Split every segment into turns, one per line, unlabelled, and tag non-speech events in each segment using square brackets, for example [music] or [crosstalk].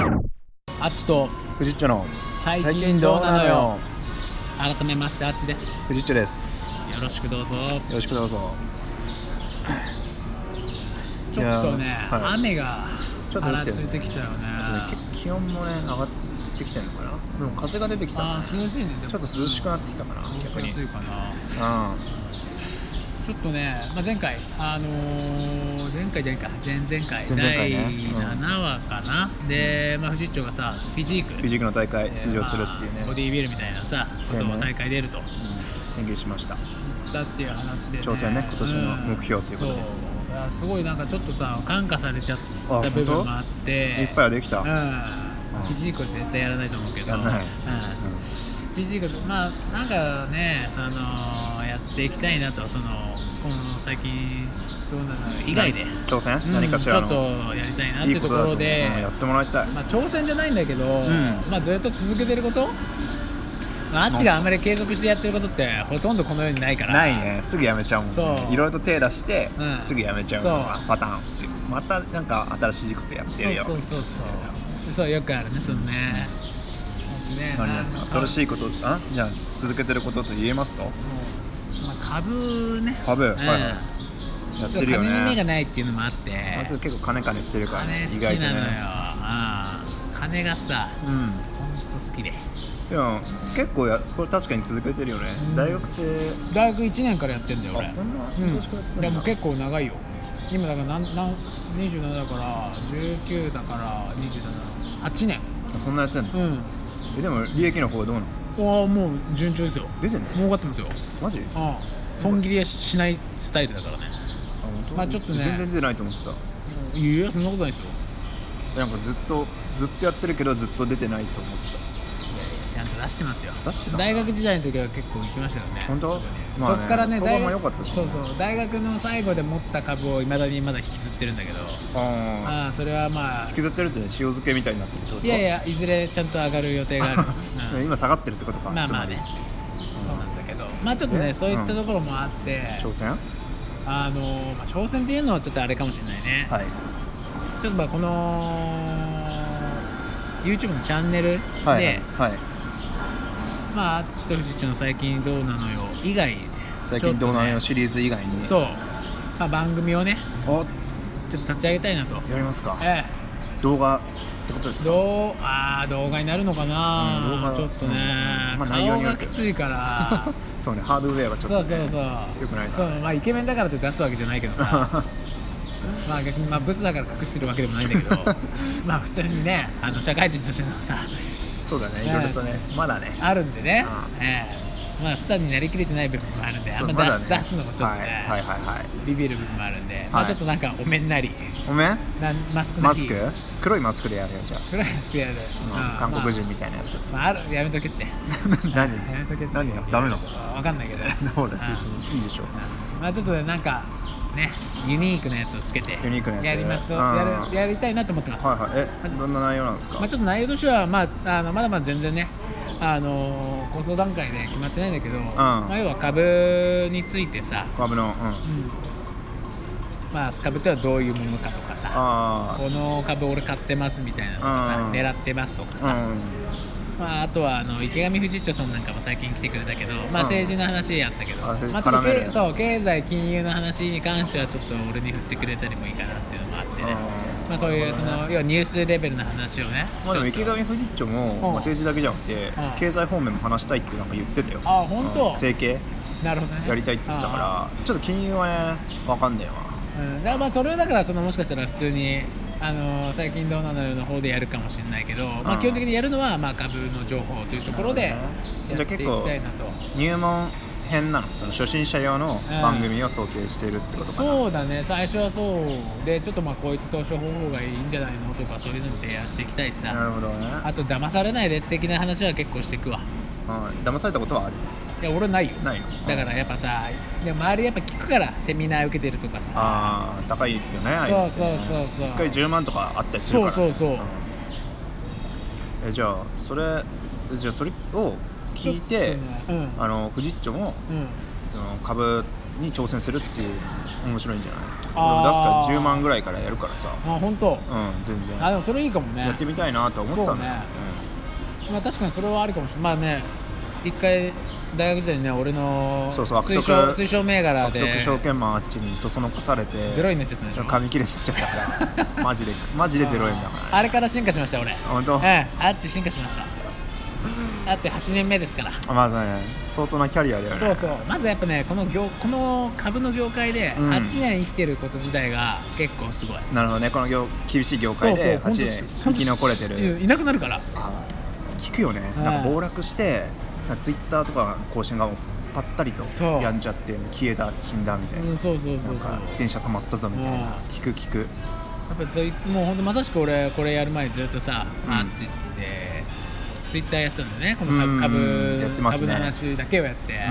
あっちと
フジッチョの
最
最
近
近
ど
ど
う
う
なの
なの
よ
よ
改めましてあっちです
フジッチョです
よろしくどうぞ
よろしくどうぞ
ちょっとね、
いやはい
雨が
ちょっと
ぱ
降
ら
っ
つ
てるね
いてきたよね
き気温もね上がってきてるのかなでも風が出てきた
あー涼しいね
ちょっと涼しくなってきたかな
逆
逆に
に
う
涼
ん
しいかな
あ
ちょっとね、まあ、前回あのー前回前回前々回
前々回ね
第7話かな、で、まあ、フジッチョがさフィジーク
フィジークの大会出場するっていう
まあボディ
ね、
ービルみたいなさ
そう
こ
ね
とを大会出ると
うん宣言しました
だっていう話で、ね、
挑戦ね今年の目標ということ
んそう
で
いやすごいなんかちょっとさ感化されちゃっ
あ
た部分
本当
もあって
インスパイアできた、
うん
うん
フィジークは絶対やらないと思うけど
やんない
うんフィジークまあなんかねそのやっていきたいなとそのこの最近どうなの以外で、
挑戦、
うん
何かし
ち
らの
ょっとやりたいなって
い
い
いうこ
こ
ととだと
ろで
うんやってもらいたい
まあ、挑戦じゃないんだけど、
ん
まあ、ずっと続けてること、まあ、あっちがあんまり継続してやってることってほとんどこの世にないから
ないねすぐやめちゃうもん
そう
ねいろいろと手出して、
うん
すぐやめちゃうのがパターンですよまたなんか新しいことやって
そう
るよ
そうそうそうそうよくあるねそのね,、ね
何や
まあ
新しいことあじゃあ続けてることと言えますと
まあ、株ね
株
うん
はいはいやっ
ちょってと
るよ
金に目が
ね
ないっていうのもあって
まあちょっと結構金金してるから
金
ね
好
意
きなの
外と
よ、
ね
うん金がさ
うん
ほんと好きで
でも結構やこれ確かに続けてるよね
うん
大学生
大学1年からやってんだよ俺
あそんな昔からやって
うん、
ん
で
だ
も結構長いよ今だからなんなん27だから19だから278年
あそんなやってんの
うん
えでも利益の方はどうなの
ああもう順調ですよ
出てんの
儲かってますよ
マジあ
ああ損切りはしないスタイルだからね
本当
まあちょっとね
全然出てないと思ってた
いやそんなことないですよ
なんかずっとずっとやってるけどずっと出てないと思って
ちゃんと出してますよ
出してた
大学時代の時は結構行きましたよね
本当
そこに
まあ
そ
ね
っからね
相場も良かったしね
そうそう大学の最後で持った株をいまだにまだ引きずってるんだけど
たああ
ああそれはまあ
引きずってるってね塩漬けみたいになってるってこと
いやいやいずれちゃんと上がる予定がある、うん
今下がってるってことか
まあ
つ
ま
ま
あ
り
ねそうなんだけどまあちょっとね
ね
そういったところもあって、
挑戦
あのーまあ、挑戦っていうのはちょっとあれかもしれないね、
はい
ちょっとまあこの YouTube のチャンネルで、
はいはい
まあちょっと富士の最近どうなのよ以外で
最近どうなのよシリーズ以外に
そう、まあ、番組をねちょ
お
っと立ち上げたいなと
やりますか
え
動画ってことです
え
か
どうあー動画になるのかな、
うん動画
ちょっとね、
うんまあ内容
顔
によ
が
るけ
き
ど
ついから
そうねハードウェア [laughs] がち
そ
ょっと
うそうそう
よくないな
そうまあイケメンだからって出すわけじゃないけど
[laughs]
さまあ逆にまあブスだから隠してるわけでもないんだけ
[laughs]
どまあ普通にねあの社会人としてのさ
そうだね
ね
いろいろとねまだね
あるんでね
う、
ええまあスターになりきれてない部分もあるんであ
そうん
ま
だ
出す,、出すのもちょっとね、
はいはいはいはい
ビビる部分もあるんで、まあちょっとなんかお面なり
ごめん
なんマスクな
マ
り
スク黒いマスクでやるよじゃ
ぐらいのスピアで、
あうん韓国
人、
人みたいなやつ
まあ、まああるやめとけってや
[laughs] 何
めとけって
何がダ [laughs] メなの
わかんないけど
ほら
うん
別にいいでしょ
まあちょっとねなんかねユニークなやつをつけて
ユニークなやつ
ります
うん
やるやりたいなと思ってます、
はいはいえどんな内容なんですか
まあ、ちょっと内容としては、まあ、あのまだまだ全然ね、あのー構想段階で決まってないんだけど、まあ、要は株についてさ、
株のうん
うんまあ、株とはどういうものかとかさ
あ
この株俺買ってますみたいなのとかさ、
うん
狙ってますとか
あう
さ、
ん
まあ、あとはあの池上藤長さんなんかも最近来てくれたけど、まあ、
うん
政治の話やったけど、
あ
まあ、ちょっと
絡める
けそう経済金融の話に関してはちょっと俺に振ってくれたりもいいかなっていうのもあってね、
うん
まあ、そういうその要はニュースレベルの話をね
まあでも
ちょ
池
っと
上富士町もまあ政治だけじゃなくて
ん
経済方面も話したいってなんか言ってたよ
あ本当
うん政経
なるほどね
やりたいって言ってたからちょっと金融はねわかんねえわ
ら、うん、だからまあそれはだからそのもしかしたら普通にあのー最近どうなのよの方でやるかもしれないけど、まあ
うん
基本的にやるのはまあ株の情報というところで
なる
や
ほどね
っていきたいなと、
入門編なのその初心者用の番組を想定しているってことかな
そうだね最初はそうでちょっとまあこういった投資方法がいいんじゃないのとかそういうのも提案していきたいし
な
さ
るほどね
あと騙されないで的な話は結構していくわ
うん騙されたことはある
いや俺ないよ
ないの
だからやっぱさでも周りやっぱ聞くからセミナー受けてるとかさ
ああ高いよねああい
そ
の
う
って
そう
ね
そうそう
一回10万とかあったりするからね
そうそうそうん
えじゃあそれじゃあそれを聞いて
ちょっとねうん
あのフジッチョも
うん
その株に挑戦するっていう面白いんじゃない俺も出すから
あー
10万ぐらいからやるからさ
あ本当
うん全然
あでもそれいいかもね
やってみたいなとは思ってたんだよ、
まあ確かにそれはあるかもしれないまあね一回大学時代にね俺の
そうそう悪
推
徳
奨推奨銘
うん、
柄
獲得
で
証券マンあっちにそそのかされて
ゼロになっちゃったんでしょ
紙切れになっちゃったから
[laughs]
マジでマジでゼロ円だから、
あれから進化しました俺
本当
うんあっち進化しましたあって8年目ですから
まあそうね相当なキャリアだよね
そうそうまずやっぱねこの業この株の業界で
うん
8年生きてること自体が結構すごい、
なるほどねこの業厳しい業
そ
界
うそう
で
ほ
8
んと
年生き残れて
ほん
る
といなくなるから
あ聞くよね、
うん
なんか暴落してツイッターとかの更新がぱったりと
そう
やんじゃって消えた死んだみたいな,、
うんそうそうそうそう
なんか電車止まったぞみたいな、
うん
聞く聞く
やっぱそういもうほんとまさしく俺これやる前にずっとさ、
うん
あっちでツイッターやってたんだよねこの
うん
株株
やってますね
株の話だけをやってて、
う
や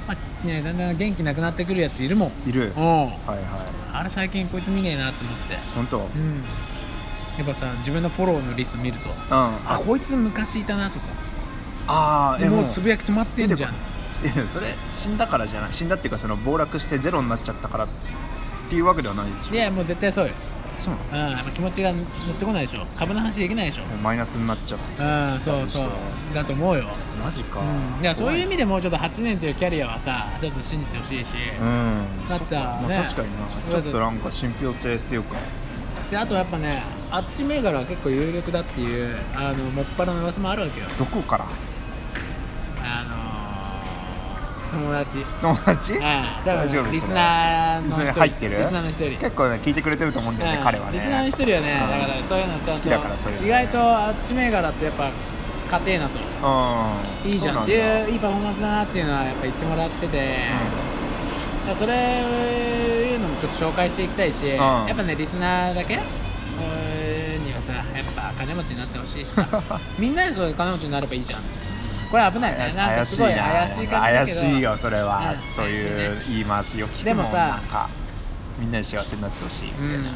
っぱねだんだん元気なくなってくるやついるもん
んいる
う
は
ん
いはい
あれ最近こいつ見ねえなと思って
本当うん
うんやっぱさ自分のフォローのリスト見るとあ
あ
こいつ昔いたなとか
あーえ
もうつぶやき止まってんじゃん
えでもそれ死んだからじゃない死んだっていうかその暴落してゼロになっちゃったからっていうわけではないでし
いやもう絶対そうよ、
ょそうなの
うん、やっぱ気持ちが乗ってこないでしょ株の話できないでしょ
もうマイナスになっちゃっ
うんそうそうだと思うよ、
たマジか、
うん、いやそういう意
味
味でもうちょっと8年というキャリアはさちょっと信じてほしいし、
うん
だったらね
そっかまあ、確かになちょっとなんか信憑性っていうか
であとやっぱねあっち銘柄は結構有力だっていうあのもっぱらの噂もあるわけよ
どこから
あのー友達
友達
ああ、多
大丈夫そ
分
れ
リスナーの
リス
一
ナー
人
入ってる
リスナーの一人
結構ね聞いてくれてると思うんだよね、
うん
彼はね
リスナーの一人はね、だからそういうのちゃん
好
と
きだからそういうの
意外とあっち銘柄ってやっぱ勝てえなと
うん
いいじゃんっていういいパフォーマンスだなっていうのはやっぱ言ってもらってて、だからそれいうのもちょっと紹介していきたいし、やっぱねリスナーだけうんにはさやっぱ金持ちになってほしいしさ
[laughs]
みんなでそういう金持ちになればいいじゃんこれ危ないねなんかすごい怪しい感じだ
怪
けど
しいよそれは、
うん
そういう言い回しを聞くの
でもさ
なんかみんなに幸せになってほしいみたいな、
う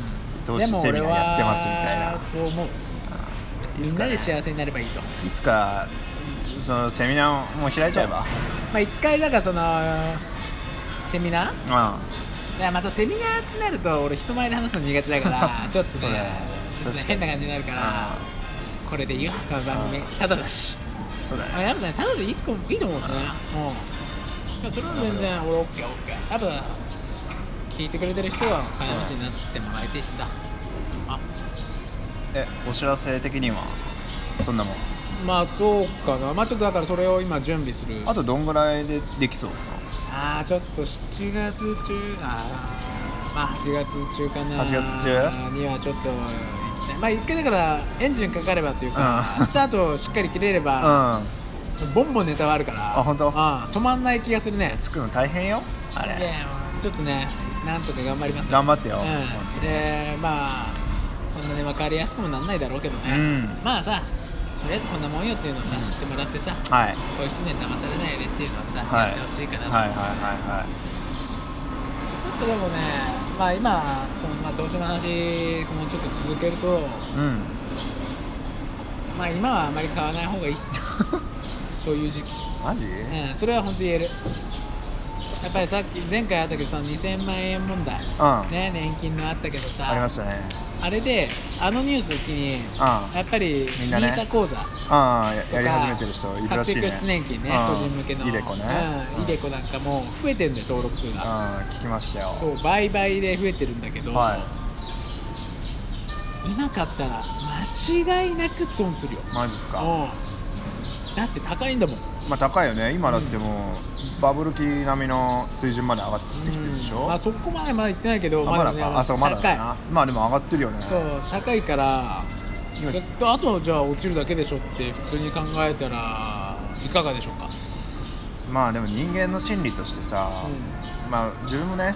投
ん、
資
でも
セ
俺
ミナー
は
やってますみたいな
そう思う
い
み
つ
ん
か
な
ね
で幸せになればいいと
いつかそのセミナーも開いちゃえば
まあ一回だからそのセミナー
うんあ
いやまたセミナーってなると俺人前で話すの苦手だから [laughs] ちょっと
そうだよね
ね
確かに
変な感じになるからこれでいいわこの番組
あ
ただだし
そうだ
まあ
ね
やっぱねただでいいと思ういいと思うんですよねもういやそれは全然俺 OKOK やっぱ聞いてくれてる人は金持ちになってもらいたいしさあ
えお知らせ的にはそんなもん
まあそうかなまあちょっとだからそれを今準備する
あとどんぐらいでできそう
あーちょっと7月中あーまあ8月中かな
8月中
にはちょっと行きたいまあ一回だからエンジンかかればというか、
うん
スタートをしっかり切れれ
うん
ば、ボンボンネタはあるから
あ本当
うん、止まんない気がするね
つくの大変よあ
で
れ
ちょっとねなんとか頑張ります
頑張ってよ、
うん、でまあそんなに分かりやすくもなんないだろうけどね、
うん
まあさとりあえずこんなもんよっていうのをさ、知ってもらってさこ
はい、
ういう人には騙されないでっていうのをさ、
はい
やってほしいかなと
はいはいはいはい
ちょっとでもね、まあ、今その、まあ、投資の話もうちょっと続けると、
うん
まあ、今はあまり買わない方がいい [laughs] そういう時期、
マジ、
うん、それは本当言えるやっぱりさっき前回あったけどその2000万円問題、
うん
ね、年金のあったけどさ
ありましたね
あれであのニュースを機に、
ん
やっぱり
みんなね
NISA 口座
ああや
と
やり
か
始めてる人いるらしい
確定
ね
拠出年金ね、
う
個
ん
人向けの
イデコね、
うん、イデコなんかもう増えてるんだよ登録数
うん
が、
聞きましたよ
そう倍々で増えてるんだけど、
は
今買ったら間違いなく損するよ
いマジっすか
うんだって高いんだもん
まあ高いよね今だってもうバブル期並みの水準まで上がってきてるでし
うん
ょ
まあそこまでまだ行ってないけど
あまだ
ね
かあそうまだ
高
だ
い
なまあでも上がってるよね
そう高いから
今
えっとあとじゃあ落ちるだけでしょって普通に考えたらいかがでしょうか
まあでも人間の心理としてさ、まあ自分もね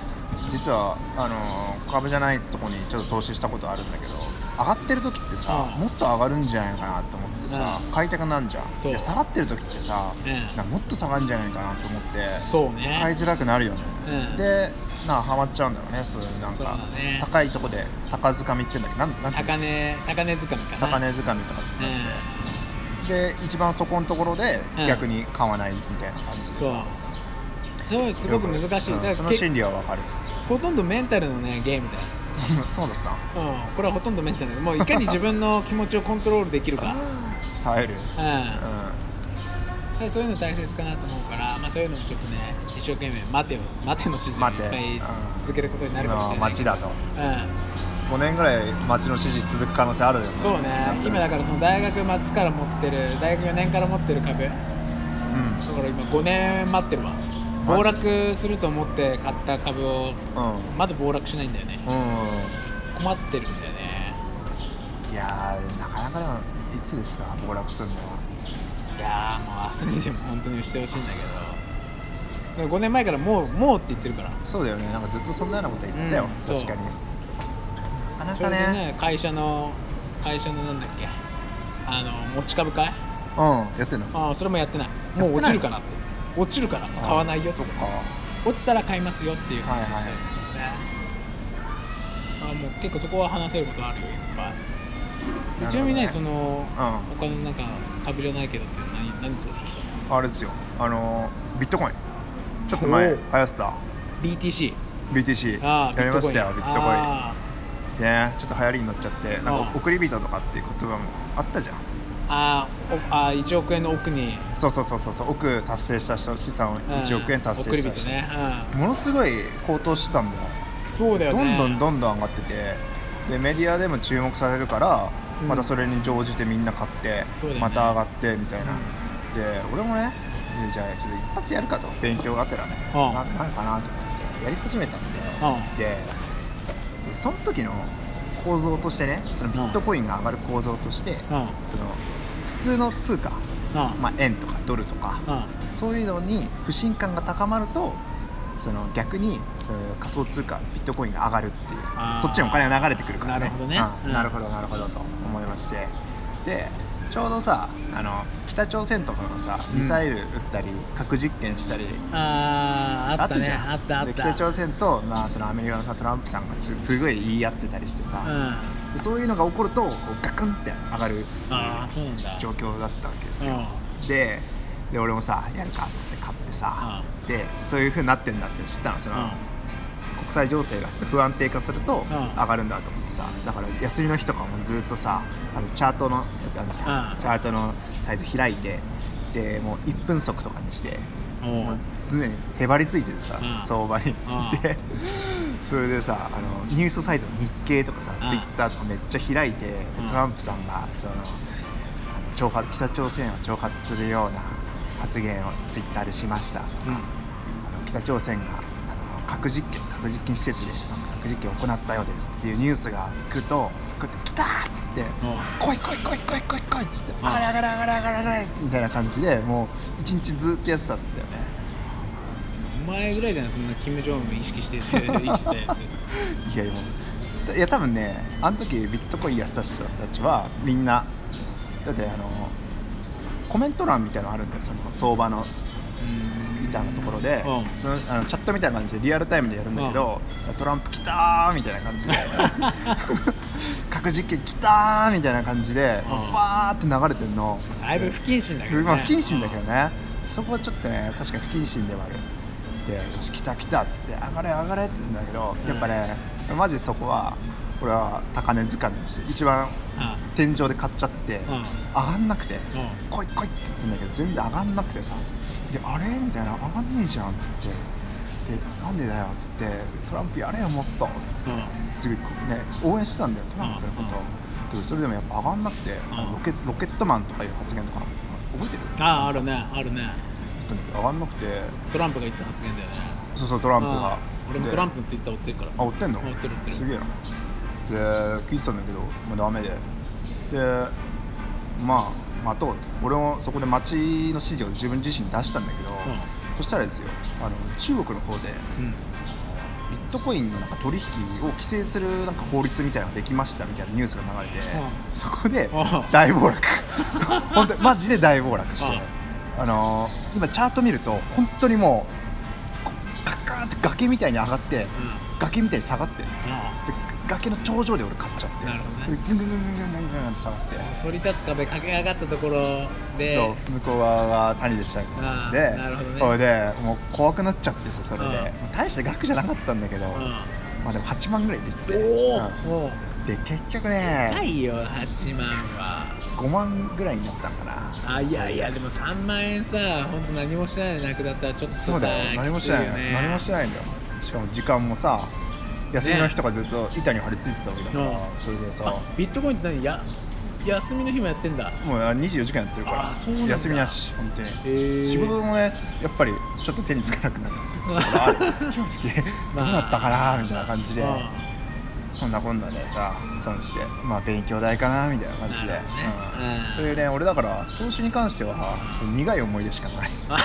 実はあのー株じゃないとこにちょっと投資したことあるんだけど上がってる時ってさ、
うん
もっと上がるんじゃないかなと思ってさ、買いたくなんじゃん
そう
で下がってる時ってさ、
うん
なんかもっと下がるんじゃないかなと思って
そうね
買いづらくなるよね、
うん
でなあハマっちゃうんだろうねそういうなん
そう
か
だね
高いとこで高づかみって言うんだけどなんなんていうの
高値高値掴みかな
高値づかみとか
うん
で一番そこのところで
うん
逆に買わないみたいな感じでさ、
そうすごいすごく難しい
うん
だ
そ
か
の
らけ
心理はわかる [laughs]
ほとんどメンタルのねゲームだよ
そうだっ
うん、これはほとんどメンタルもういかに自分の気持ちをコントロールできるか、
た耐える
うん、
うん
でそういうの大切かなと思うから、まあ、そういうのもちょっとね一生懸命待てよ待ての指示をい
待
ってぱい
うん
続けることになる
今
かもし
は
れない
街
けど、
だと
う
5年ぐらい街の支持続く可能性あるよね
ん、そうね今だからその大学松から持ってる大学4年から持ってる株だか
う
ら今5年待ってるわ暴落すると思って買った株を
んうん
まだ暴落しないんだよね
う
困ってるんだよね
んいやーなかなかでもいつですか暴落するのはい
やーもう明日にでも本当にしてほしいんだけど5年前からもうもうって言ってるから
そうだよねなんかずっとそんなようなこと言ってたよ、
うんそう
確かになかな
ちょう
か
ど
ね
ね会社の会社のなんだっけあの持ち株会
うんやってんの
ああそれもやってないもう落ちるからって落ちるから買わないよ
あそっか
落ちたら買いますよっていう話をしてるんだよね、あもう結構そこは話せることあるよいっぱい
なるほど
で
ね
ちなみにねその、
う
他のなんか株じゃないけどって何何投資したの
あれですよあのービットコインちょっと前
おー
流行ってた
BTC
BTC
ああ
やりましたよビットコイ
あ
ンねちょっと流行りに乗っちゃってなん
あ
か
あ
送り人とかっていう言葉もあったじゃん
あおああ1億円の奥に
そうそうそうそうそう億達成した人資産
う
を
ん
1億円達成し
送り
た人、
人ね、
ものすごい高騰してたんだよ
うん、そうだよね
どんどんどんどん上がっててでメディアでも注目されるから、
うん
またそれに乗じてみんな買って、
そうだよね
また上がってみたいな、で俺もねでじゃあちょっと一発やるかと勉強がてらね、
うん
ななんかなと思ってやり始めたんだよ、
うん
ででその時の構造としてねそのビットコインが上がる構造として、
うんうん
その普通の通貨、まあ、円とかドルとか、
う
そういうのに不信感が高まるとその逆にえー仮想通貨ビットコインが上がるっていう
あー
そっちにお金が流れてくるから
な
ね
るほどね
うん
うん
なるほどなるほどと思いましてでちょうどさあの北朝鮮とかがさ
うん
ミサイル撃ったり、核実験したり
ん、あああったねあったあっ
で
た
北朝鮮と、まあ、そのアメリカのさトランプさんがすすごい言い合ってたりして
うん
さ、
あ
でそういうのが起こるとこうガクンって上がる
あそうなんだ
状況だったわけですよ、
うん
でで俺もさやるかって買ってさ、でそういうふうになってんだって知ったのその、国際情勢がちょっと不安定化すると
うん
上がるんだと思ってさだから休みの日とかもずっとさあのチャートのやつあるじゃん、
うん
チャートのサイト開いてでもう1分速とかにして
うんお
も
う
う常にへばりついててさ、
うん
相場に、
ん
でそれでさあのニュースサイトの日経とかさ、
うん
ツイッターとかめっちゃ開いて、で
うん
トランプさんがそのあの挑発北朝鮮を挑発するような発言をツイッターでしましたと
う
か、
ん
あの北朝鮮があの核実験核実験施設でなんか核実験を行ったようですっていうニュースが来るとこうやって「来た!」って言って。来い来い来い来い来い来いっつって「
ん
あれあれあれあれあれあれ」みたいな感じでもう一日ずっとやってたんだよね
お前ぐらいじゃないそんな金正恩意識してて生きてたやつ
いやいやいや多分ねあの時ビットコインやってた人たちはみんなだってあのコメント欄みたいなのあるんだよその相場の
うん
ギターのところで、
うん
そのあのチャットみたいな感じでリアルタイムでやるんだけど、トランプ来たーみたいな感じで
[laughs]
核実験来たーみたいな感じで、
うん
バーって流れてるの
だいぶ不謹慎だけどね
まあ不謹慎だけどね、そこはちょっとね確かに不謹慎ではあるでよし来た来たっつって上がれ上がれっつってんだけど、
うん
やっぱねマジそこは俺は高値掴みをして一番
あ
天井で買っちゃってて、
うん
上がんなくて、
うん
来い来いって言ってんだけど全然上がんなくてさであれみたいな上がんねえじゃんっつってでなんでだよっつってトランプやれよもっとっつって
うん
すぐこうね応援してたんだよトランプのことをでもそれでもやっぱ上がんなくて
ん
ロケロケットマンとかいう発言とか覚えてる
あああるねあるね
本当に上がんなくて
トランプが言った発言だよね
そうそうトランプ
う
が
ん俺もトラン
プ
プのツイッター追ってるから
あ追ってんの
追ってる追ってる
すげえなで聞いてたんだけど、まあ、ダメででまあ待とうと俺もそこで町の指示を自分自身に出したんだけど、
ん
そしたらですよあの中国の方で
うん
ビットコインのなんか取引を規制するなんか法律みたいなのができましたみたいなニュースが流れて、
うん
そこで
うん
大
[laughs]
暴落本当にマジで大暴落して、
うん
あのー今チャート見ると本当にもうこうカッカーンって崖みたいに上がって、
うん
崖みたいに下がってる
あ
で崖の頂上で俺買っちゃって
なるほどね
グングングングングングングンって下がって
そり立つ壁駆け上がったところで
そう向こう側が谷でしたみたいな感じで
あーなるほどね
それでもう怖くなっちゃってさそれで、
うん
まあ大した額じゃなかったんだけど、
うん
まあでも8万ぐらい入れてて、
お
うん
ーおー
で結局
高
ね
いよ8万は
5万ぐらいになったんかな
あいやいやでも3万円さ本当何もしないでなくなったらちょっとさ
そうだよ何もしない
きつ
の
よ
よ
ね
何もしないのよしかも時間もさ休みの日とかずっと板に張り付いてたわけだから、
う
それでさ
あビットコインって何や休みの日もやってんだ
もうあれ24時間やってるか
あ
ら
そうなんだ
休みなし本当に、
ー
仕事もねやっぱりちょっと手につかなくな
[laughs]
る正直どうなったかなみたいな感じで、
うん
こんなこんなでさ損してまあ勉強代かなみたいな感じで、
なるほどね
うん
うん
そういうね俺だから投資に関しては苦い思い出しか
[laughs]
ない
あ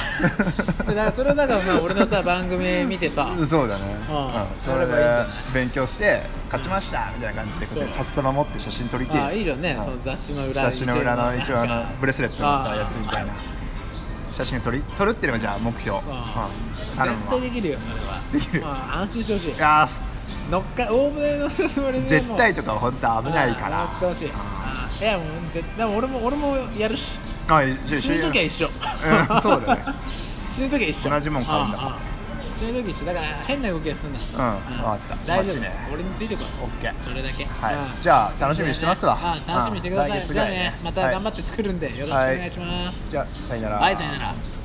でだからそれはだからまあ俺のさ番組見てさ
そうだね、
うん
それで
やればいいんじゃない
勉強して勝ちましたみたいな感じでこうやって
そう
札束持って写真撮りてえ
あいいよね
うん
その雑誌の裏
雑誌の裏の一応あのブレスレットの
あ
さ
ー
やつみたいな写真撮り撮るっていうのがじゃあ目標、うん、
絶
頼むわ
対できるよそれは
できる
まあ安心してほしい
いやー
乗っか大船のつもりでもう
絶対とか本当危ないから
あー乗ってほしい
あ
あーいやもう絶対俺も俺もやるし
ーあじゃあ
死ぬ時は一緒
うんそうだね
[laughs] 死ぬ時は一緒
同じもん買うんだ
ああああ死ぬ時は一緒だから変な動きはすんなうん
わかった
大丈
マジ
夫
ね
俺についてこい
オッケー
それだけ
はい
うん
じゃあ楽しみにしてますわ
ああ楽しみにしてくださ
うん
い
来月
じ
ぐ
ゃあ
らいね
ねまた頑張って作るんでよろしくお願いします
じゃあさよなら
はいさよなら